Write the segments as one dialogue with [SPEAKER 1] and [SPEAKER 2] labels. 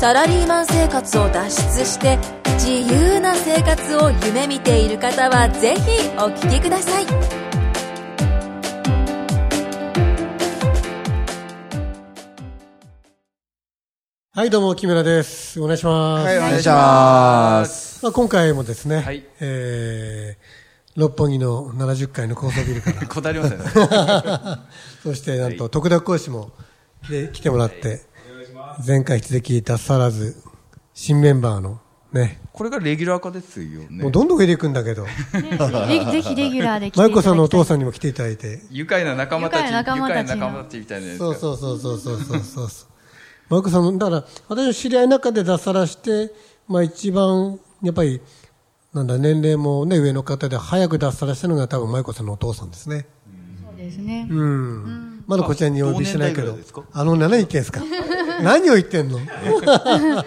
[SPEAKER 1] サラリーマン生活を脱出して自由な生活を夢見ている方はぜひお聞きください
[SPEAKER 2] はい、どうも、木村です。お願いします。
[SPEAKER 3] はい、お願いします。
[SPEAKER 2] まあ、今回もですね、
[SPEAKER 3] はい
[SPEAKER 2] えー、六本木の70階の高層ビル から、
[SPEAKER 3] こだわりましたね。
[SPEAKER 2] そしてなんと徳田講師もで来てもらって、前回引き続き脱サラず、新メンバーのね、
[SPEAKER 3] これがレギュラー化ですよ
[SPEAKER 2] もう
[SPEAKER 3] ね。
[SPEAKER 2] どんどん増えていくんだけど、
[SPEAKER 4] ぜひぜひレギュラーで来てい
[SPEAKER 2] マイ
[SPEAKER 4] ただきた
[SPEAKER 2] コ
[SPEAKER 4] い。
[SPEAKER 2] さんのお父さんにも来ていただいて、
[SPEAKER 3] 愉快な仲間たち、
[SPEAKER 4] 愉
[SPEAKER 3] 愉
[SPEAKER 4] 快な仲間たち
[SPEAKER 3] 快な仲間たちみたいなやつ
[SPEAKER 2] そう
[SPEAKER 3] が。
[SPEAKER 2] そうそうそうそうそうそうそう。マイコさんも、だから、私の知り合いの中で脱サラして、まあ一番、やっぱり、なんだ、年齢もね、上の方で早く脱サラしたのが多分マイコさんのお父さんですね。
[SPEAKER 4] そうですね。
[SPEAKER 2] うん。まだこちらにお呼びしてないけ
[SPEAKER 3] あ同年代ぐら
[SPEAKER 2] ど
[SPEAKER 3] いですか、
[SPEAKER 2] あの7人ですか何を言ってん の
[SPEAKER 4] あ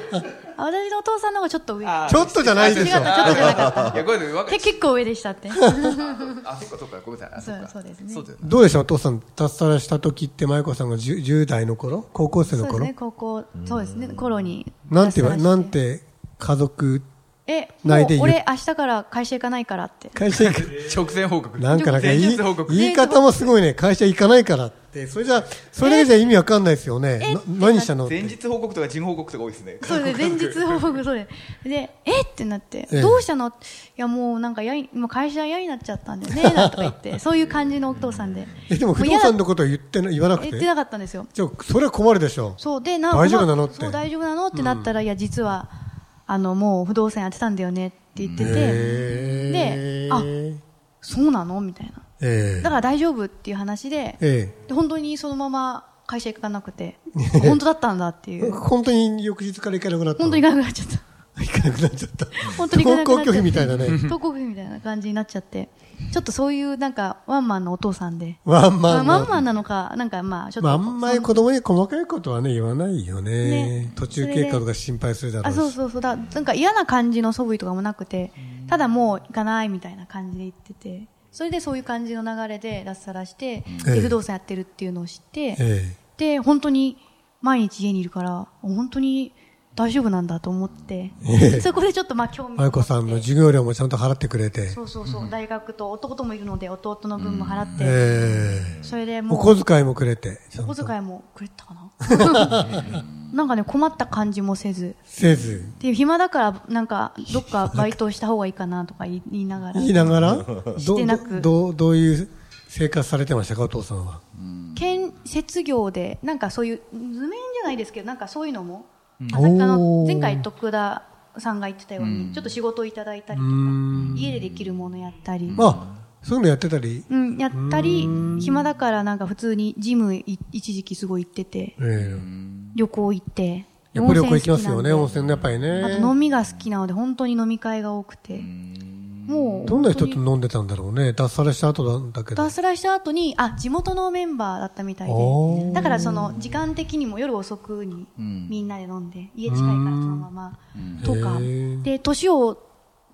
[SPEAKER 4] 私のお父さんの方がちょっと上。
[SPEAKER 3] あー
[SPEAKER 2] ちょっとじゃないでしょ
[SPEAKER 4] 違うちょっとじゃなかった。
[SPEAKER 3] いや、これで若
[SPEAKER 4] け
[SPEAKER 3] い。
[SPEAKER 4] 結構上でし たって。
[SPEAKER 3] あ、そっかそっか、ごめんなさい。あ
[SPEAKER 4] そう
[SPEAKER 3] っか
[SPEAKER 4] そうですね
[SPEAKER 3] そうだよね。
[SPEAKER 2] どうでしたお父さん、脱サラした時って、舞子さんが 10, 10代の頃高校生
[SPEAKER 4] そ
[SPEAKER 2] の
[SPEAKER 4] うです
[SPEAKER 2] 頃、
[SPEAKER 4] ね、高校、そうですね、頃に。
[SPEAKER 2] なんて言わ、
[SPEAKER 4] 出さら
[SPEAKER 2] なん
[SPEAKER 4] せ。
[SPEAKER 2] て家族、
[SPEAKER 4] え、
[SPEAKER 2] ない
[SPEAKER 4] も
[SPEAKER 2] で言
[SPEAKER 4] う
[SPEAKER 2] う
[SPEAKER 4] 俺明日から会社行かないか らって。
[SPEAKER 2] 会社行く。
[SPEAKER 3] 直線報告。
[SPEAKER 2] なんかなんか
[SPEAKER 3] 前
[SPEAKER 2] 言い
[SPEAKER 3] 日報告。
[SPEAKER 2] 言い方もすごいね、会社行かないからって、それじゃ、それだけじゃ意味わかんないですよね。な何したのって
[SPEAKER 3] 前日報告とか事務報告とか多いですね。
[SPEAKER 4] そうですね、前日報告、そうです。で、えってなって、
[SPEAKER 2] ええ
[SPEAKER 4] どうしたのいや、もうなんかやい、もう会社嫌になっちゃったんだよね、なんとか言って、そういう感じのお父さんで。
[SPEAKER 2] え、でも不動産のことは言ってな言わな
[SPEAKER 4] もう
[SPEAKER 2] く
[SPEAKER 4] 嫌
[SPEAKER 2] て。
[SPEAKER 4] だ言ってなかったんですよ。
[SPEAKER 2] じゃあそれは困るでしょ。
[SPEAKER 4] そうでな
[SPEAKER 2] 大丈夫なのって
[SPEAKER 4] そう大丈夫なのってなったら、いや実はあのもう不動産やってたんだよねって言っててであ
[SPEAKER 2] え
[SPEAKER 4] そうなのみたいな
[SPEAKER 2] え
[SPEAKER 4] だから大丈夫っていう話で,、
[SPEAKER 2] え
[SPEAKER 4] で本当にそのまま会社行かな くて本当だったんだってい
[SPEAKER 2] え
[SPEAKER 4] う
[SPEAKER 2] 本当に翌日から行かなくなったの。
[SPEAKER 4] 本当に行かなくなっちゃった
[SPEAKER 2] 行かなくなっちゃった。
[SPEAKER 4] 本当に行かなくなっち
[SPEAKER 2] 登
[SPEAKER 4] ゃ
[SPEAKER 2] 校拒
[SPEAKER 4] って
[SPEAKER 2] 否みたいなね。
[SPEAKER 4] 登校拒否みたいな感じになっちゃってちょっとそういうなんかワンマンのお父さんで、
[SPEAKER 2] ワン
[SPEAKER 4] ま
[SPEAKER 2] マ
[SPEAKER 4] あ、
[SPEAKER 2] ン。
[SPEAKER 4] ワンマンなのかなんかまあちょっと
[SPEAKER 2] まあ、あんまり子供に細かいことはね、言わないよね。
[SPEAKER 4] ね
[SPEAKER 2] 途中経過とか心配するだろう
[SPEAKER 4] あ
[SPEAKER 2] し。
[SPEAKER 4] そうそうそうだなんか嫌な感じの素振りとかもなくてただもう行かないみたいな感じで行っててそれでそういう感じの流れで脱サラして、
[SPEAKER 2] ええ
[SPEAKER 4] で不動産やってるっていうのを知って、
[SPEAKER 2] え
[SPEAKER 4] で本当に毎日家にいるから本当に大丈夫なんだと思って、
[SPEAKER 2] ええ
[SPEAKER 4] そこでちょっとまあ興
[SPEAKER 2] え。
[SPEAKER 4] 味を持って
[SPEAKER 2] 舞子さんの授業料もちゃんと払ってくれて。
[SPEAKER 4] そうそうそう、大学と弟もいるので弟の分も払って、
[SPEAKER 2] ええ。
[SPEAKER 4] それでも
[SPEAKER 2] お
[SPEAKER 4] う
[SPEAKER 2] 小遣いもくれて。ちゃん
[SPEAKER 4] お
[SPEAKER 2] と
[SPEAKER 4] 小遣いもくれたかな なんかね困った感じもせず
[SPEAKER 2] せず。
[SPEAKER 4] で暇だからなんかどっかバイトした方がいいかなとか言い言いながら
[SPEAKER 2] 言いな がら、ど
[SPEAKER 4] してな
[SPEAKER 2] ど
[SPEAKER 4] く
[SPEAKER 2] どうどういう生活されてましたか、お父さんは。
[SPEAKER 4] 建設業でなんかそういう図面じゃないですけどなんかそういうのも、あ
[SPEAKER 2] おー
[SPEAKER 4] さっきあの前回徳田さんが言ってたように、ちょっと仕事をいただいたりとか
[SPEAKER 2] うん
[SPEAKER 4] 家でできるものやったり、
[SPEAKER 2] まあ、そういうのやってたり、
[SPEAKER 4] うん、やったり暇だからなんか普通にジムい一時期すごい行ってて
[SPEAKER 2] ええ
[SPEAKER 4] 旅行行って
[SPEAKER 2] やっぱり旅行行きますよね、温
[SPEAKER 4] 温泉
[SPEAKER 2] 泉ね
[SPEAKER 4] 好きなんで
[SPEAKER 2] やっぱりね。
[SPEAKER 4] あと飲みが好きなので本当に飲み会が多くてもう
[SPEAKER 2] どんな人
[SPEAKER 4] 本当に
[SPEAKER 2] と飲んでたんだろうね、脱サラした後なんだけど。
[SPEAKER 4] 脱サラした後にあ地元のメンバーだったみたい
[SPEAKER 2] おー
[SPEAKER 4] でだからその時間的にも夜遅くにみんなで飲んで家近いからそのままとか
[SPEAKER 2] へー
[SPEAKER 4] で年を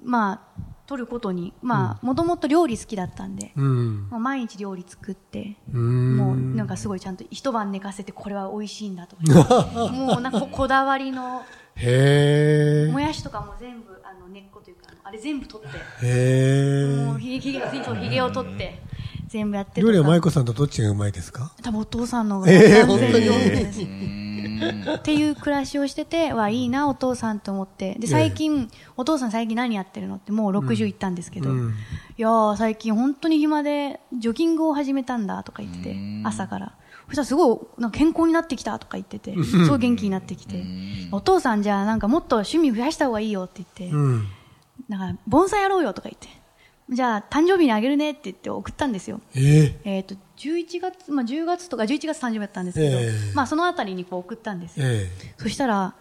[SPEAKER 4] まあ取ることにまあもともと料理好きだったんで、
[SPEAKER 2] うん。
[SPEAKER 4] まあ毎日料理作って
[SPEAKER 2] うーん。
[SPEAKER 4] もうなんかすごいちゃんと一晩寝かせてこれは美味しいんだと かもうなんかこだわりの
[SPEAKER 2] へ
[SPEAKER 4] も
[SPEAKER 2] え。
[SPEAKER 4] やしとかも全部あの根っこというかあのあれ全部取って
[SPEAKER 2] へ
[SPEAKER 4] もう
[SPEAKER 2] え。
[SPEAKER 4] ひげひげそうひげを取って全部やってと
[SPEAKER 2] 料
[SPEAKER 4] か
[SPEAKER 2] 理は舞子さんとどっちがうまいですか
[SPEAKER 4] 多分お父さんの方が
[SPEAKER 2] ええ
[SPEAKER 4] 断然上手です、
[SPEAKER 3] うん
[SPEAKER 4] っていう暮らしをしててはいいなお父さんと思ってで最近、お父さん最近何やってるのってもう60いったんですけど、
[SPEAKER 2] うん
[SPEAKER 4] いやー最近本当に暇でジョギングを始めたんだとか言ってて朝からそしたらすごいなんか健康になってきたとか言っててすごい元気になってきてお父さんじゃあなんかもっと趣味増やした方がいいよって言って、
[SPEAKER 2] うん。
[SPEAKER 4] だから盆栽やろうよとか言ってじゃあ誕生日にあげるねって言って送ったんですよ
[SPEAKER 2] ええ。
[SPEAKER 4] えー、と11月、まあ、10月とか11月誕生日だったんですけど、
[SPEAKER 2] ええ
[SPEAKER 4] まあ、そのあたりにこう送ったんですよ、
[SPEAKER 2] え
[SPEAKER 4] そしたら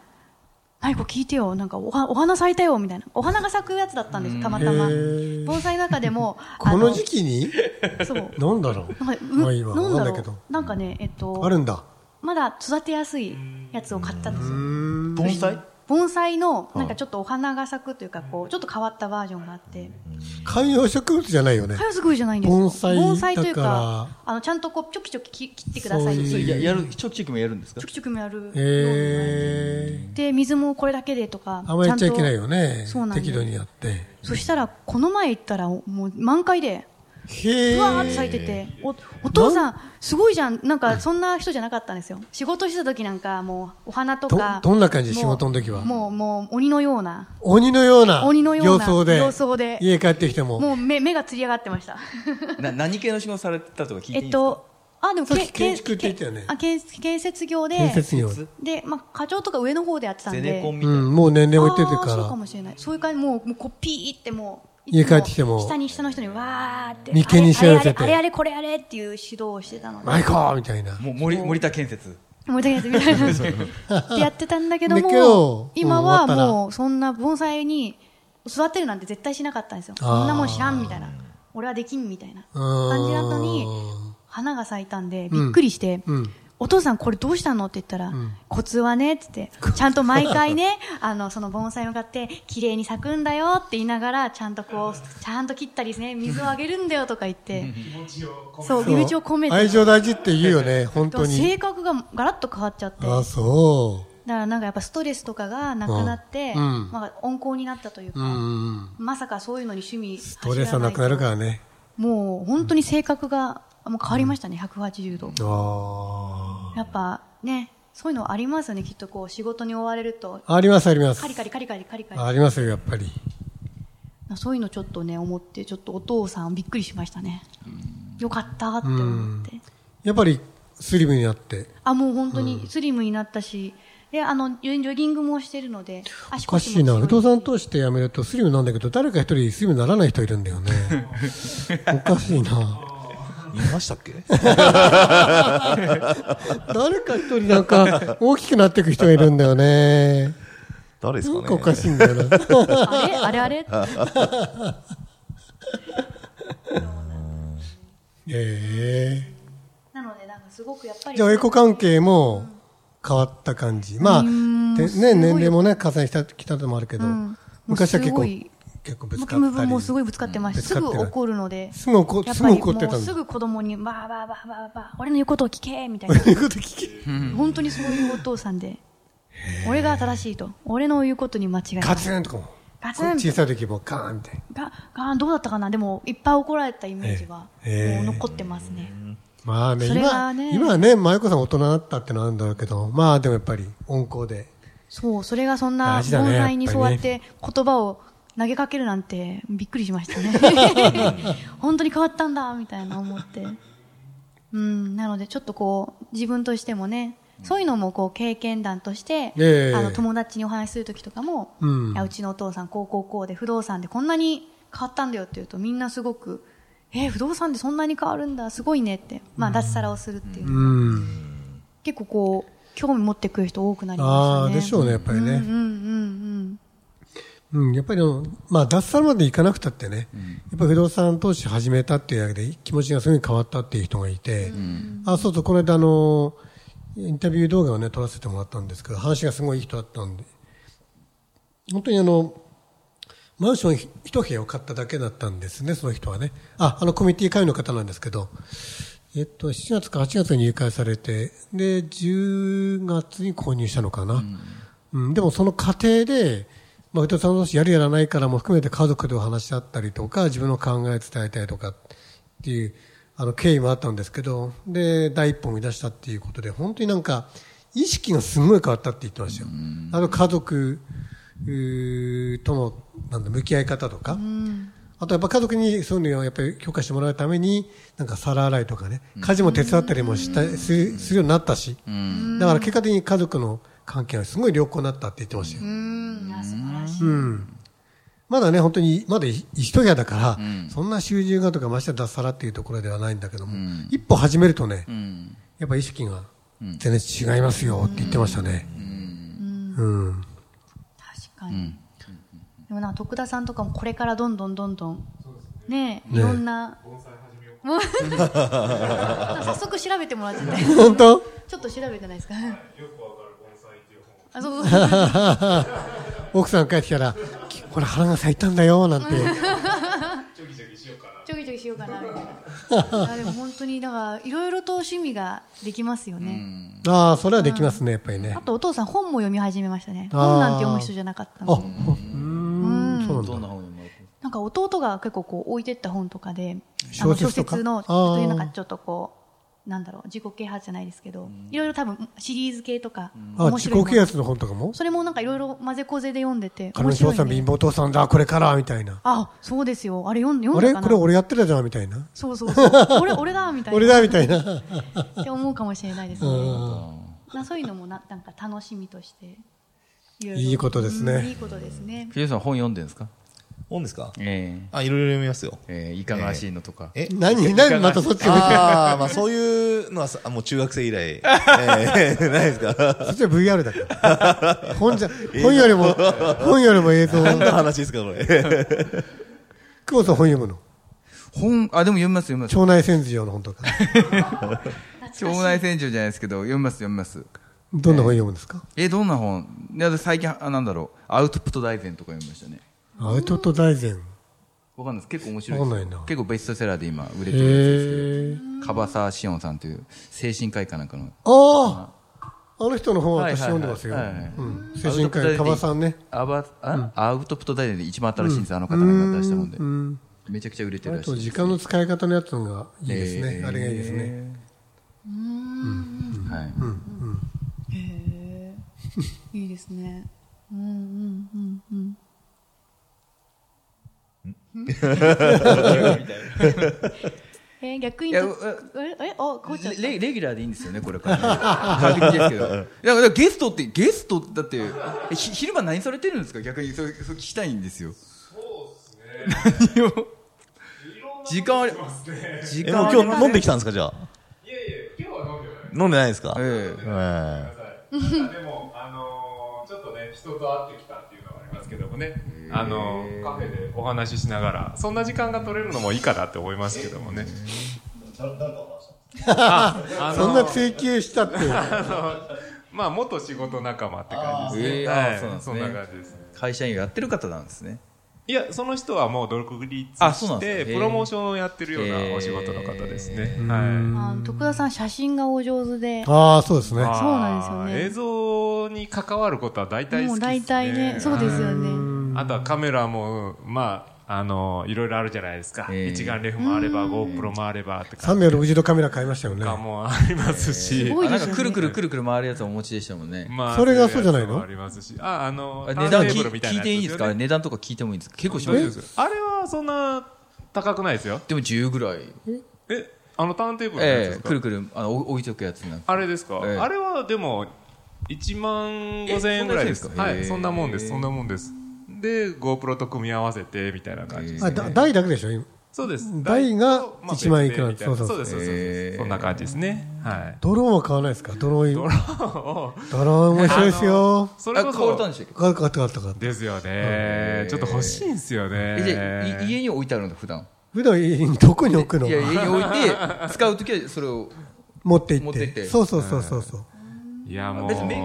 [SPEAKER 4] はい、これ聞いてよ。なんかおは、お花咲いたよ、みたいな。お花が咲くやつだったんですよ、たまたま
[SPEAKER 2] へー。
[SPEAKER 4] 盆栽の中 でも、
[SPEAKER 2] こ
[SPEAKER 4] あ
[SPEAKER 2] の時期に
[SPEAKER 4] そう。
[SPEAKER 2] なんだろう
[SPEAKER 4] なんか、
[SPEAKER 2] まあいいわ
[SPEAKER 4] うなんだ
[SPEAKER 2] わかんないけ
[SPEAKER 4] ろ
[SPEAKER 2] ど
[SPEAKER 4] う。なんかね、えっと
[SPEAKER 2] あ、るんだ
[SPEAKER 4] まだ育てやすいやつを買ったんですよ。
[SPEAKER 3] 盆栽
[SPEAKER 4] 盆栽の、なんかちょっとお花が咲くというか、こう、ちょっと変わったバージョンがあって、
[SPEAKER 2] 観葉植物じゃないよね
[SPEAKER 4] 早すぐじゃないんですよ。
[SPEAKER 2] 盆栽
[SPEAKER 4] という
[SPEAKER 2] だ
[SPEAKER 4] か
[SPEAKER 2] か、
[SPEAKER 4] あの、ちゃんとこう、ちょきちょき切切ってください
[SPEAKER 2] そう
[SPEAKER 4] と
[SPEAKER 2] いう
[SPEAKER 3] そ
[SPEAKER 4] ち
[SPEAKER 3] れややるちょくちょくもやるんですか
[SPEAKER 4] ょきちょきもやるように
[SPEAKER 2] え
[SPEAKER 4] で、水もこれだけでとか
[SPEAKER 2] ー、、あまりやっちゃいけないよ
[SPEAKER 4] ちゃん
[SPEAKER 2] ね
[SPEAKER 4] とそうなんです
[SPEAKER 2] 適度にやって
[SPEAKER 4] そしたら、この前行ったら、もう満開で、
[SPEAKER 2] へえ
[SPEAKER 4] うわーって咲いてて、おお父さん、すごいじゃん、なんかそんな人じゃなかったんですよ、仕事してた時なんか、もうお花とか、
[SPEAKER 2] どどんな感じ
[SPEAKER 4] もう
[SPEAKER 2] 仕事の時は
[SPEAKER 4] もう、もう鬼のような、
[SPEAKER 2] 鬼のような
[SPEAKER 4] 鬼のような
[SPEAKER 2] 様相で
[SPEAKER 4] 様相で
[SPEAKER 2] 家帰ってきても
[SPEAKER 4] もう目目がつり上がってました。
[SPEAKER 3] な何系の仕事されてたとか聞いていい
[SPEAKER 4] え
[SPEAKER 3] ん
[SPEAKER 4] っ
[SPEAKER 3] ですか、
[SPEAKER 4] と、あ、でも
[SPEAKER 2] さっき
[SPEAKER 4] け
[SPEAKER 2] 建築って言ったよね
[SPEAKER 4] あ建建設業で、
[SPEAKER 2] 建設業
[SPEAKER 4] で、まあ、課長とか上の方でやってたん
[SPEAKER 3] ゼ
[SPEAKER 4] で、
[SPEAKER 3] ネコンみ
[SPEAKER 2] う
[SPEAKER 3] たいな、
[SPEAKER 2] んもう年齢置いてて
[SPEAKER 4] あーそう
[SPEAKER 2] か
[SPEAKER 4] かもしれない。そういう感じ、もう、もうこうピーってもう、
[SPEAKER 2] 家帰ってきても
[SPEAKER 4] 下に下の人にわーって、
[SPEAKER 2] 眉間にしわ寄せて
[SPEAKER 4] あれあれ、あれあれこれあれっていう指導をしてたの
[SPEAKER 2] ら
[SPEAKER 4] で、
[SPEAKER 2] マイコーみたいな
[SPEAKER 3] もう森森田建設
[SPEAKER 4] もう一回やってみたいな。ってやってたんだけど
[SPEAKER 2] だけど
[SPEAKER 4] も、今は
[SPEAKER 2] もう終わったら
[SPEAKER 4] もうそんな盆栽に育てるなんて絶対しなかったんですよ。
[SPEAKER 2] あー
[SPEAKER 4] そんなもん知らんみたいな。俺はできんみたいな
[SPEAKER 2] うん
[SPEAKER 4] 感じだったのに、花が咲いたんでびっくりして、
[SPEAKER 2] うん
[SPEAKER 4] お父さんこれどうしたのって言ったら、コツはねって言って、ちゃんと毎回ね、 あの、その盆栽に向かって、綺麗に咲くんだよって言いながら、ちゃんとこう、ちゃんと切ったりね、水をあげるんだよとか言って、そう、気持ちを込めて。
[SPEAKER 2] 愛情大事って言うよね本当に
[SPEAKER 4] 性格がガラッと変わっちゃって。
[SPEAKER 2] あそ
[SPEAKER 4] だからなんかやっぱストレスとかがなくなって、
[SPEAKER 2] うんうん
[SPEAKER 4] まあ、温厚になったというか、
[SPEAKER 2] ううん
[SPEAKER 4] まさかそういうのに趣味ス
[SPEAKER 2] ストレスはなくなるからね
[SPEAKER 4] もう本当に性格がもう変わりましたね、180度
[SPEAKER 2] あ
[SPEAKER 4] やっぱねそういうのありますよねきっとこう仕事に追われると
[SPEAKER 2] あありますあります
[SPEAKER 4] カリカリカリカリカリカリ、
[SPEAKER 2] ありますよやっぱり
[SPEAKER 4] そういうのちょっとね思ってちょっとお父さんびっくりしましたね、よかったって思って、
[SPEAKER 2] やっぱりスリムになって
[SPEAKER 4] あもう本当にスリムになったし、であのジョジョギングもしてるので足
[SPEAKER 2] おかしいな。
[SPEAKER 4] 強
[SPEAKER 2] 不動産通して辞めるとスリムなんだけど、誰か一人スリムにならない人いるんだよね。 おかしいな。
[SPEAKER 5] いましたっけ
[SPEAKER 2] 誰か一人なんか大きくなっていく人がいるんだよね。
[SPEAKER 5] 誰です
[SPEAKER 2] なん
[SPEAKER 5] かね
[SPEAKER 2] かおかしいんだよな。
[SPEAKER 4] あれあれあ れ
[SPEAKER 2] え
[SPEAKER 4] なので、なんかすごくやっぱ
[SPEAKER 2] え
[SPEAKER 4] り。
[SPEAKER 2] じゃあ、エコ関係も変わった感じ。まあ、でね、年齢もね、重ねてきたのもあるけど、
[SPEAKER 4] ん
[SPEAKER 2] 昔は結構
[SPEAKER 4] もうすごい、
[SPEAKER 2] 結構ぶつ
[SPEAKER 4] ム
[SPEAKER 2] か
[SPEAKER 4] キ
[SPEAKER 2] っ
[SPEAKER 4] ム
[SPEAKER 2] たり。
[SPEAKER 4] ブもすごいぶつかってました。
[SPEAKER 2] ぶ
[SPEAKER 4] す
[SPEAKER 2] つか
[SPEAKER 4] ぐ
[SPEAKER 2] ってた
[SPEAKER 4] 怒るので。
[SPEAKER 2] すぐ怒
[SPEAKER 4] やっ
[SPEAKER 2] す
[SPEAKER 4] ぱ
[SPEAKER 2] ぐ
[SPEAKER 4] り
[SPEAKER 2] 怒って
[SPEAKER 4] も
[SPEAKER 2] た
[SPEAKER 4] うん
[SPEAKER 2] だ
[SPEAKER 4] す。ぐ子供に、ばあばあばあばあばあ、俺の言うことを聞けみたいな。
[SPEAKER 2] いうこと聞け。
[SPEAKER 4] 本当にそういうお父さんで。俺が正しいと。俺の言うことに間違いな い。
[SPEAKER 2] カツンとかも。
[SPEAKER 4] ガツン
[SPEAKER 2] 小さい時もカーンみたいな。
[SPEAKER 4] が、が、どうだったかなでも、いっぱい怒られたイメージは、
[SPEAKER 2] ええ
[SPEAKER 4] もう残ってますね。
[SPEAKER 2] まあね、
[SPEAKER 4] それ
[SPEAKER 2] 今
[SPEAKER 4] がね
[SPEAKER 2] 今はね、舞子さん大人だったってのあるんだろうけど、まあでもやっぱり温厚で。
[SPEAKER 4] そう、それがそんな
[SPEAKER 2] 大事だね
[SPEAKER 4] 盆栽に
[SPEAKER 2] やっ
[SPEAKER 4] そう
[SPEAKER 2] ぱり
[SPEAKER 4] や
[SPEAKER 2] ね
[SPEAKER 4] って言葉を投げかけるなんてびっくりしました ね。本当に変わったんだみたいな思って。うん、なのでちょっとこう自分としてもね、そういうのもこう経験談として、
[SPEAKER 2] ええ
[SPEAKER 4] あの友達にお話しするときとかも、
[SPEAKER 2] うん
[SPEAKER 4] いやうちのお父さんこうこうこうで不動産でこんなに変わったんだよって言うとみんなすごく、えー不動産でそんなに変わるんだ、すごいねって、まあ脱サラをするっていう。
[SPEAKER 2] うん。
[SPEAKER 4] 結構こう興味持ってくる人多くなり
[SPEAKER 2] あ
[SPEAKER 4] ま
[SPEAKER 2] あ、
[SPEAKER 4] したね。
[SPEAKER 2] でしょうね、やっぱり
[SPEAKER 4] うんうん
[SPEAKER 2] ね。
[SPEAKER 4] うん
[SPEAKER 2] うん、やっぱりでも、まあ脱サラまで行かなくたってね、やっぱり不動産投資始めたっていうだけで気持ちがすぐに変わったっていう人がいて、あ、そうそう、この間あの、インタビュー動画をね、撮らせてもらったんですけど、話がすごいいい人だったんで、本当にあの、マンションひ一部屋を買っただけだったんですね、その人はね。あ、あのコミュニティ会員の方なんですけど、えっと、7月か8月に入会されて、で、10月に購入したのかな。うん。でもその過程で、まあ、伊藤さんの話やるやらないからも含めて家族でお話し合ったりとか、自分の考え伝えたりとかっていう、あの、経緯もあったんですけど、で、第一歩を生み出したっていうことで、本当になんか、意識がすごい変わったって言ってましたよ。あの、家族、うーとの、なんだ、向き合い方とか。あとやっぱ家族にそういうのをやっぱり許可してもらうために、なんか皿洗いとかね、家事も手伝ったりもした、するするようになったし、だから結果的に家族の関係はすごい良好になったって言ってましたよ。
[SPEAKER 4] うん。うん。いや、素晴らしい。
[SPEAKER 2] まだね、本当に、まだい一部屋だから、そんな集中がとか、ましてや脱サラっていうところではないんだけども、一歩始めるとね、
[SPEAKER 3] うん
[SPEAKER 2] やっぱ意識が全然違いますよって言ってましたね。うん。
[SPEAKER 4] かに、でもなんか徳田さんとかもこれからどんどんどんどんねえいろんな、もう 早速調べてもらっちゃって
[SPEAKER 2] 本当
[SPEAKER 4] ちょっと調べてないですかあそうそう そう
[SPEAKER 2] 奥さん帰ってきたら、きこれ花が咲いたんだよ、なんて。
[SPEAKER 4] ちょぎちょぎしようかなみたいなあでも本当にだからいろいろと趣味ができますよね、
[SPEAKER 2] ああ、それはできますね、やっぱりね
[SPEAKER 4] あ。とお父さん本も読み始めましたね
[SPEAKER 2] あー
[SPEAKER 4] 本なんて読む人じゃなかった
[SPEAKER 2] あ、
[SPEAKER 4] の
[SPEAKER 2] ほうん、そう
[SPEAKER 3] ど
[SPEAKER 2] なんん
[SPEAKER 3] な
[SPEAKER 2] だ。
[SPEAKER 3] 本読む
[SPEAKER 4] なんか弟が結構こう置いてった本とかであ
[SPEAKER 2] 小
[SPEAKER 4] の小
[SPEAKER 2] 説とか
[SPEAKER 4] 説の
[SPEAKER 2] あー
[SPEAKER 4] そういうなんかちょっとこうなんだろう自己啓発じゃないですけどいろいろ多分シリーズ系とか
[SPEAKER 2] あ、
[SPEAKER 4] 面
[SPEAKER 2] 自
[SPEAKER 4] 白い
[SPEAKER 2] 己啓
[SPEAKER 4] もの
[SPEAKER 2] 発の本とかも
[SPEAKER 4] それもなんかいろいろ混ぜこぜで読んでて
[SPEAKER 2] 彼の
[SPEAKER 4] 面
[SPEAKER 2] 父
[SPEAKER 4] 白
[SPEAKER 2] さ
[SPEAKER 4] い、
[SPEAKER 2] ん
[SPEAKER 4] ね
[SPEAKER 2] 貧、乏父さんだ、これから、みたいな。
[SPEAKER 4] あそうですよあれ読んで
[SPEAKER 2] あ
[SPEAKER 4] 読ん
[SPEAKER 2] れ
[SPEAKER 4] だ
[SPEAKER 2] こ
[SPEAKER 4] か
[SPEAKER 2] れ
[SPEAKER 4] な
[SPEAKER 2] 俺やってたじゃん、みたいな。
[SPEAKER 4] そうそ うそう俺俺だみたいな
[SPEAKER 2] 俺だ、みたいな。
[SPEAKER 4] って思うかもしれないですねなそういうのもななんか楽しみとしていろろ
[SPEAKER 2] いいことですね
[SPEAKER 4] うんいいことですね
[SPEAKER 3] 藤井さん本読んでるんですか
[SPEAKER 5] 本ですか
[SPEAKER 3] え
[SPEAKER 5] あ、いろいろ読みま すよ。
[SPEAKER 3] えええいかがわしいのとか
[SPEAKER 5] え
[SPEAKER 2] 何何またそっち向いて。
[SPEAKER 5] ああ、まあそういうのはさ、あもう中学生以来、えー ないですか。
[SPEAKER 2] そっちは VR だ から。本じゃ、本よりも、本よりも映像。
[SPEAKER 5] 何の話ですか、これ。
[SPEAKER 2] 久保さん本読むの
[SPEAKER 3] 本あでも読みます読みます
[SPEAKER 2] 腸内洗浄の本とか。
[SPEAKER 3] 腸内洗浄じゃないですけど読みます読みます
[SPEAKER 2] どんな本読むんですか
[SPEAKER 3] えどんな本いや最近あなんだろうアウトプット大全とか読みましたね
[SPEAKER 2] アウトと大善。
[SPEAKER 3] わかんないです結構面白い
[SPEAKER 2] わ
[SPEAKER 3] で
[SPEAKER 2] かん
[SPEAKER 3] す
[SPEAKER 2] ないな
[SPEAKER 3] 結構ベストセラーで今売れ
[SPEAKER 2] へ
[SPEAKER 3] てる
[SPEAKER 2] え。
[SPEAKER 3] 樺沢志音さんという精神科医かなんかの
[SPEAKER 2] あああの人の本は私
[SPEAKER 3] はい
[SPEAKER 2] 読
[SPEAKER 3] はい
[SPEAKER 2] んで
[SPEAKER 3] はい
[SPEAKER 2] ますよ。
[SPEAKER 3] はいはい
[SPEAKER 2] うん精神科医、カバさんね。
[SPEAKER 3] アバあアウトプット大全で一番新しいんです、あの方が出したもんで
[SPEAKER 2] うん。
[SPEAKER 3] めちゃくちゃ売れて
[SPEAKER 2] あ
[SPEAKER 3] るらしい
[SPEAKER 2] と、時間の使い方のやつのがいいですね。
[SPEAKER 3] えー
[SPEAKER 2] あれがいいですね。
[SPEAKER 3] はい
[SPEAKER 4] へえいいですねうんうんうんうんえー、逆に
[SPEAKER 3] いや
[SPEAKER 4] とええあこうちゃん
[SPEAKER 3] レレギュラーでいいんですよね、これから、ね。確認ですけど。いや、だからゲストって、ゲストだって、えひ昼間何されてるんですか逆に、それ、それ聞きたいんですよ。そうですね。何を。 時間あり、時
[SPEAKER 5] え、
[SPEAKER 3] 間
[SPEAKER 5] も
[SPEAKER 3] あ
[SPEAKER 5] う
[SPEAKER 3] り
[SPEAKER 5] 今日飲んできたんですか、じゃあ。いやいや、今日は飲んでない。飲んでないですか
[SPEAKER 3] ええ
[SPEAKER 5] え
[SPEAKER 6] でも、あのーちょっとね、人と会ってきたっていうのがありますけどもね、あのーカフェでお話ししながら、そんな時間が取れるのもいいかなって思いますけどもね。あ
[SPEAKER 2] そんな追求したって。
[SPEAKER 6] まあ、元仕事仲間って感じです
[SPEAKER 3] え
[SPEAKER 6] ね。
[SPEAKER 3] え
[SPEAKER 6] は
[SPEAKER 3] あ
[SPEAKER 6] い、
[SPEAKER 3] そうなんです
[SPEAKER 6] ん
[SPEAKER 3] ね
[SPEAKER 6] な感じですね。
[SPEAKER 3] 会社員をやってる方なんですね。
[SPEAKER 6] いや、その人はもう独立
[SPEAKER 3] あそうなん
[SPEAKER 6] し
[SPEAKER 3] です
[SPEAKER 6] て、
[SPEAKER 3] ね
[SPEAKER 6] プロモーションをやってるようなお仕事の方ですね。はい。
[SPEAKER 4] あの徳田さん写真がお上手で
[SPEAKER 2] ああ、そうですね。
[SPEAKER 4] そうなんですよね
[SPEAKER 6] あー映像に関わることは大体
[SPEAKER 4] も
[SPEAKER 6] 好
[SPEAKER 4] う
[SPEAKER 6] きですね。
[SPEAKER 4] 大体ねそうですよね
[SPEAKER 6] あとはカメラも、まあ、あの、いろいろあるじゃないですか。
[SPEAKER 3] ええ
[SPEAKER 6] 一眼レフもあれば、GoPro もあればって感じ
[SPEAKER 2] 360度カメラ買いましたよね
[SPEAKER 6] と。かもありますし。
[SPEAKER 4] すごい
[SPEAKER 3] あな
[SPEAKER 4] で
[SPEAKER 3] ん
[SPEAKER 4] すよ
[SPEAKER 3] か
[SPEAKER 4] ね
[SPEAKER 3] くるくるくるくる回るやつをお持ちでしたもんね。
[SPEAKER 6] ま
[SPEAKER 2] それがそうじゃないの
[SPEAKER 6] そううやつもありますし。あ、あの、
[SPEAKER 3] あ
[SPEAKER 6] ター
[SPEAKER 3] 値
[SPEAKER 6] ンテ
[SPEAKER 3] 段
[SPEAKER 6] ー
[SPEAKER 3] き
[SPEAKER 6] ブルみたい
[SPEAKER 3] 聞い
[SPEAKER 6] なやつ
[SPEAKER 3] ていいんです
[SPEAKER 6] よ
[SPEAKER 3] か
[SPEAKER 6] ね
[SPEAKER 3] 値段とか聞いてもいいんですか結構しま
[SPEAKER 6] 大
[SPEAKER 3] す
[SPEAKER 6] 丈夫ですあれはそんな高くないですよ。
[SPEAKER 3] でも10ぐらい。
[SPEAKER 6] え、あのターンテーブルのやつ
[SPEAKER 3] え
[SPEAKER 6] で
[SPEAKER 3] え
[SPEAKER 6] すか
[SPEAKER 3] くるくる、あの、お置いとくやつなんか。
[SPEAKER 6] あれですか
[SPEAKER 3] ええ
[SPEAKER 6] あれはでも、1万5千円ぐらいで
[SPEAKER 3] え
[SPEAKER 6] す
[SPEAKER 3] そん。な安いん
[SPEAKER 6] は
[SPEAKER 3] で
[SPEAKER 6] い、
[SPEAKER 3] すか
[SPEAKER 6] そんなもんです、
[SPEAKER 3] へえ
[SPEAKER 6] そんなもんです。で、GoPro と組み合わせて、みたいな感じです
[SPEAKER 2] あ、だ台だけでしょ今
[SPEAKER 6] そうです。
[SPEAKER 2] 台が
[SPEAKER 6] とまあ
[SPEAKER 2] 1万いくら
[SPEAKER 6] 別でみたな
[SPEAKER 2] そうそ
[SPEAKER 6] そ
[SPEAKER 2] う
[SPEAKER 6] う
[SPEAKER 2] そう
[SPEAKER 6] です、そうですそう
[SPEAKER 3] へ
[SPEAKER 6] で
[SPEAKER 3] ー
[SPEAKER 6] す。そんな感じですね。はい。
[SPEAKER 2] ドローンは買わないですかドローン。ドロ
[SPEAKER 6] お
[SPEAKER 2] ーン面白いですよ。
[SPEAKER 6] それこ
[SPEAKER 3] あ買われたん
[SPEAKER 6] そ
[SPEAKER 3] でした
[SPEAKER 2] 買
[SPEAKER 3] っけ
[SPEAKER 2] った買った買った。
[SPEAKER 6] ですよね。ちょっと欲しいんですよ
[SPEAKER 3] えじゃあい
[SPEAKER 6] ね。
[SPEAKER 3] 家に置いてあるんだ、普段。
[SPEAKER 2] 普段家にどこに置くの
[SPEAKER 3] いや、家に置いて、使うときはそれを。
[SPEAKER 2] 持って行
[SPEAKER 3] 持
[SPEAKER 2] っ
[SPEAKER 3] っ
[SPEAKER 2] て
[SPEAKER 3] て行って
[SPEAKER 2] そうそうそうそうそう。
[SPEAKER 6] いやもう
[SPEAKER 3] 別に免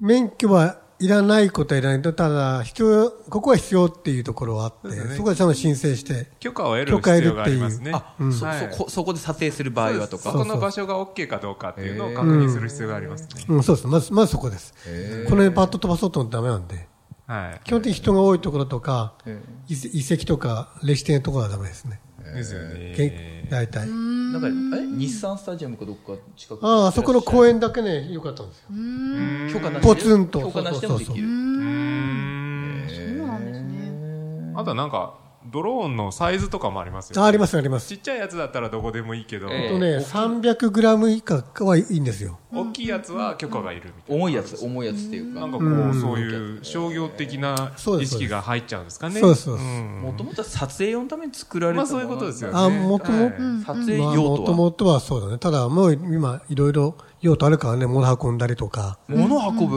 [SPEAKER 3] 免
[SPEAKER 2] 免許
[SPEAKER 3] 許いらないんでしょ
[SPEAKER 2] はいらないことはいらないと、ただ、必要、ここは必要っていうところはあって、そ,、こはちゃんと申請して、
[SPEAKER 6] 許可を得
[SPEAKER 2] 許
[SPEAKER 6] る
[SPEAKER 2] 可得
[SPEAKER 6] 必
[SPEAKER 2] る
[SPEAKER 6] 要がありますね。
[SPEAKER 3] あ、
[SPEAKER 6] はい
[SPEAKER 3] そそこそこで撮影する場合はと
[SPEAKER 6] そ
[SPEAKER 3] か。
[SPEAKER 6] この場所が OK かどうかっていうのを確認する必要がありますね。
[SPEAKER 2] うん、そうです。まず、まずそこです。この辺パッと飛ばそうと思ってダメなんで、
[SPEAKER 6] はい。
[SPEAKER 2] 基本的に人が多いところとか、遺跡遺跡とか、歴史的なところはダメですね。
[SPEAKER 6] ですよね。
[SPEAKER 2] け大体。
[SPEAKER 3] なんか、え日産スタジアムかどっか近く
[SPEAKER 2] ああ、あそこの公園だけね、良かったんですよ。
[SPEAKER 3] 許可なしで
[SPEAKER 2] ポツンと
[SPEAKER 3] 許可なしでもできる。
[SPEAKER 4] そうなんですね
[SPEAKER 6] あとはなんか、ドローンのサイズとかもありますよ
[SPEAKER 2] あ
[SPEAKER 6] ね。
[SPEAKER 2] あります、あります。
[SPEAKER 6] ちっちゃいやつだったらどこでもいいけど、
[SPEAKER 3] え
[SPEAKER 2] とね、300グラム以下はいいんですよ。
[SPEAKER 6] 大きいやつは許可がいるみたいな。
[SPEAKER 3] 重いやつ、重いやつっていうか。
[SPEAKER 6] なんかこう、そういう商業的な意識が入っちゃうんですかね。
[SPEAKER 2] そうですそうです
[SPEAKER 6] ん
[SPEAKER 3] もともとは撮影用のために作られた
[SPEAKER 6] まあ
[SPEAKER 3] もの
[SPEAKER 6] そういうことですよね。
[SPEAKER 2] あもとも
[SPEAKER 6] はい
[SPEAKER 3] 撮影
[SPEAKER 2] まあ、
[SPEAKER 3] 用
[SPEAKER 2] も
[SPEAKER 3] 途
[SPEAKER 2] と
[SPEAKER 3] は。
[SPEAKER 2] もとはそうだね。ただ、もう今、いろいろ用途あるからね、物運んだりとか。
[SPEAKER 3] 物運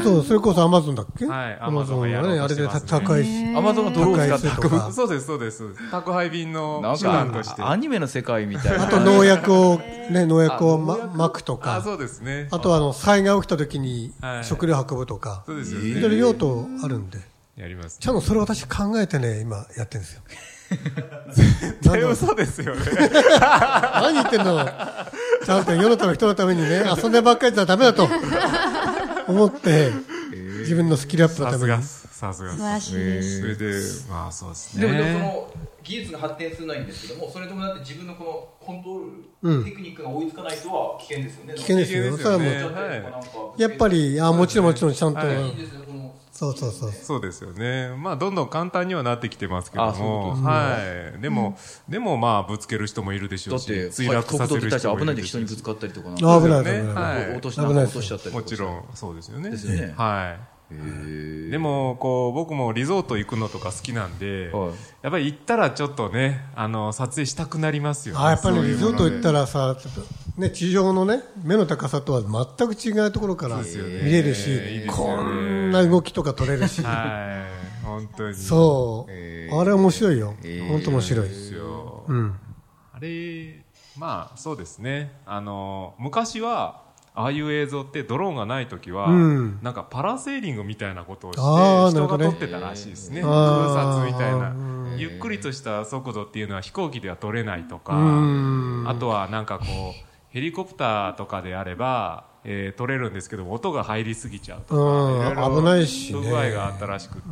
[SPEAKER 2] そうそう、それこそアマゾンだっけ
[SPEAKER 6] はい
[SPEAKER 2] アマゾンはね、
[SPEAKER 6] Amazon がやろ
[SPEAKER 2] あ
[SPEAKER 6] う
[SPEAKER 2] れ
[SPEAKER 6] として
[SPEAKER 2] で
[SPEAKER 6] ますね
[SPEAKER 2] 高いし。
[SPEAKER 3] アマゾンがドローン使って運ぶ。
[SPEAKER 2] あ
[SPEAKER 6] そうです、そうです。そうです宅配便の
[SPEAKER 3] なん
[SPEAKER 6] 手段として。
[SPEAKER 3] か、アニメの世界みたい
[SPEAKER 2] あ
[SPEAKER 3] な。
[SPEAKER 2] と農薬を、ね、農薬をままくと
[SPEAKER 6] あ、
[SPEAKER 2] か。
[SPEAKER 6] そうですね。
[SPEAKER 2] あとはあの、災害起きた時に
[SPEAKER 6] はい
[SPEAKER 2] 食料運ぶとか。
[SPEAKER 6] そうですよ
[SPEAKER 2] い
[SPEAKER 6] ね。
[SPEAKER 2] ろいろ用途あるんで。
[SPEAKER 6] やります。
[SPEAKER 2] ちゃんとそれ私考えてね、今やってるんですよ。
[SPEAKER 6] 絶対嘘ですよね。
[SPEAKER 2] 何言ってんのちゃんと世のため人のためにね、遊んでばっかりじゃダメだと思って、自分のスキルアップの
[SPEAKER 6] さ
[SPEAKER 2] た
[SPEAKER 6] す
[SPEAKER 2] め
[SPEAKER 6] がっ
[SPEAKER 2] に。
[SPEAKER 6] す。さすがっ
[SPEAKER 4] 素晴らしいです。
[SPEAKER 6] す。それで、まあそうです
[SPEAKER 7] で
[SPEAKER 6] ね。
[SPEAKER 7] もでもその技術が発展するのはいいんですけどもそれともだって自分のこのコントロール、テクニックが追いつかないとは危険ですよね
[SPEAKER 2] 危険ですよ。
[SPEAKER 6] 危
[SPEAKER 2] それ
[SPEAKER 6] 険
[SPEAKER 2] は
[SPEAKER 6] です
[SPEAKER 2] も
[SPEAKER 6] よ
[SPEAKER 2] う
[SPEAKER 6] ね
[SPEAKER 7] は
[SPEAKER 2] やっぱり、あもちろんもちろんちゃんと、
[SPEAKER 7] いいですよこの
[SPEAKER 2] そうそうそう。
[SPEAKER 6] そうですよね。まあ、どんどん簡単にはなってきてますけど
[SPEAKER 3] あそういうこ
[SPEAKER 6] も、はい。でも、でもまあ、ぶつける人もいるでしょ
[SPEAKER 3] だ
[SPEAKER 6] う
[SPEAKER 3] っ
[SPEAKER 6] し、
[SPEAKER 3] て、
[SPEAKER 6] 墜落
[SPEAKER 3] 国
[SPEAKER 6] させ
[SPEAKER 3] 道
[SPEAKER 6] る
[SPEAKER 3] 出た
[SPEAKER 6] 人
[SPEAKER 3] ち
[SPEAKER 6] も
[SPEAKER 3] 危
[SPEAKER 6] い
[SPEAKER 3] な
[SPEAKER 6] る
[SPEAKER 3] いで
[SPEAKER 6] で
[SPEAKER 3] 人にぶつかったりとかなんか
[SPEAKER 2] あ危ない
[SPEAKER 6] ね
[SPEAKER 2] 危ない危ない。
[SPEAKER 6] はい
[SPEAKER 3] 落とし
[SPEAKER 2] 危ないです
[SPEAKER 3] 落としちゃったりとか
[SPEAKER 6] もちろん、そうですよね。
[SPEAKER 3] ですよね
[SPEAKER 6] はい。でも、こう、僕もリゾート行くのとか好きなんで、
[SPEAKER 3] はい
[SPEAKER 6] やっぱり行ったらちょっとね、あの、撮影したくなりますよね。
[SPEAKER 2] あやっぱりリゾート行った
[SPEAKER 6] ら。
[SPEAKER 2] らさ、ちょっとね、地上のね、目の高さとは全く違うところから見れるし、
[SPEAKER 6] えー
[SPEAKER 2] こんな動きとか取れるし、
[SPEAKER 6] はい。本当 に。う
[SPEAKER 2] そう、
[SPEAKER 6] え
[SPEAKER 2] あれ面白いよ。
[SPEAKER 6] えー
[SPEAKER 2] 本当面白い。
[SPEAKER 6] ですよ。
[SPEAKER 2] うん。
[SPEAKER 6] あれ、まあそうですね。あの、昔は、ああいう映像ってドローンがない時は、
[SPEAKER 2] うん
[SPEAKER 6] なんかパラセーリングみたいなことをして、
[SPEAKER 2] あーなる
[SPEAKER 6] 人
[SPEAKER 2] ほ
[SPEAKER 6] が
[SPEAKER 2] どね
[SPEAKER 6] 撮ってたらしいですね。
[SPEAKER 2] あ
[SPEAKER 6] 空
[SPEAKER 2] ー
[SPEAKER 6] 撮みたいな
[SPEAKER 2] う。
[SPEAKER 6] ゆっくりとした速度っていうのは飛行機では撮れないとか、
[SPEAKER 2] うん
[SPEAKER 6] あとはなんかこう、ヘリコプターとかであれば、えー撮れるんですけど音が入りすぎちゃうとか、
[SPEAKER 2] うん危ないし
[SPEAKER 6] 不
[SPEAKER 2] ね
[SPEAKER 6] 具合があったらしくって、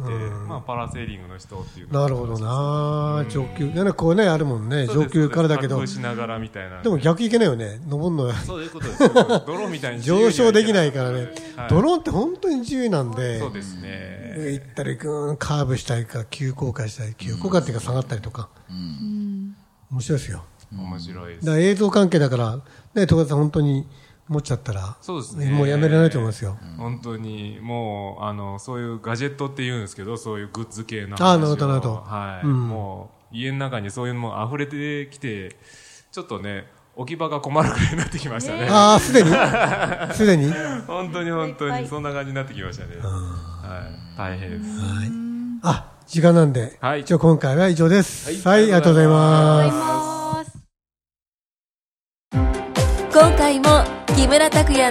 [SPEAKER 6] まあパラセーリングの人っていうのは
[SPEAKER 2] なるほどな上級。ね、こうね、あるもんね、
[SPEAKER 6] そう
[SPEAKER 2] 上
[SPEAKER 6] ですそう
[SPEAKER 2] 級
[SPEAKER 6] です
[SPEAKER 2] からだけど
[SPEAKER 6] 滑、空しながらみたいな。
[SPEAKER 2] でも逆いけないよね、登んの。
[SPEAKER 6] そういうことです。泥みたいに自由
[SPEAKER 2] 上
[SPEAKER 6] に
[SPEAKER 2] 昇できないからね、
[SPEAKER 6] はい
[SPEAKER 2] ドローンって本当に自由なんで、
[SPEAKER 6] そうですね。
[SPEAKER 2] 上行ったり、ぐーんカーブしたりか、急降下したり、急降下っていうか下がったりとか、面白いですよ。
[SPEAKER 6] 面白いで
[SPEAKER 2] だ
[SPEAKER 6] す。
[SPEAKER 2] から映像関係だから、ね、戸田さん本当に持っちゃったら、
[SPEAKER 6] そうですね。
[SPEAKER 2] もうやめられないと思いますよ。
[SPEAKER 6] 本当に、もう、あの、そういうガジェットって言うんですけど、そういうグッズ系の話を。
[SPEAKER 2] あーなるほどなるほど
[SPEAKER 6] はい。
[SPEAKER 2] うん
[SPEAKER 6] もう、家の中にそういうのも溢れてきて、ちょっとね、置き場が困るくらいになってきましたね。
[SPEAKER 2] ああ、す でにすでに
[SPEAKER 6] 本当に本当
[SPEAKER 4] いっぱ
[SPEAKER 6] に、
[SPEAKER 4] い
[SPEAKER 6] そんな感じになってきましたね。はい。大変です。
[SPEAKER 2] あ、時間なんで。
[SPEAKER 6] はい
[SPEAKER 2] 一応今回は以上です。
[SPEAKER 6] は
[SPEAKER 2] はいい、ありがとうござい
[SPEAKER 4] ありがとうござい
[SPEAKER 2] ます。
[SPEAKER 4] ます。
[SPEAKER 1] 今回も木村拓哉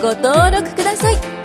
[SPEAKER 1] ご登録ください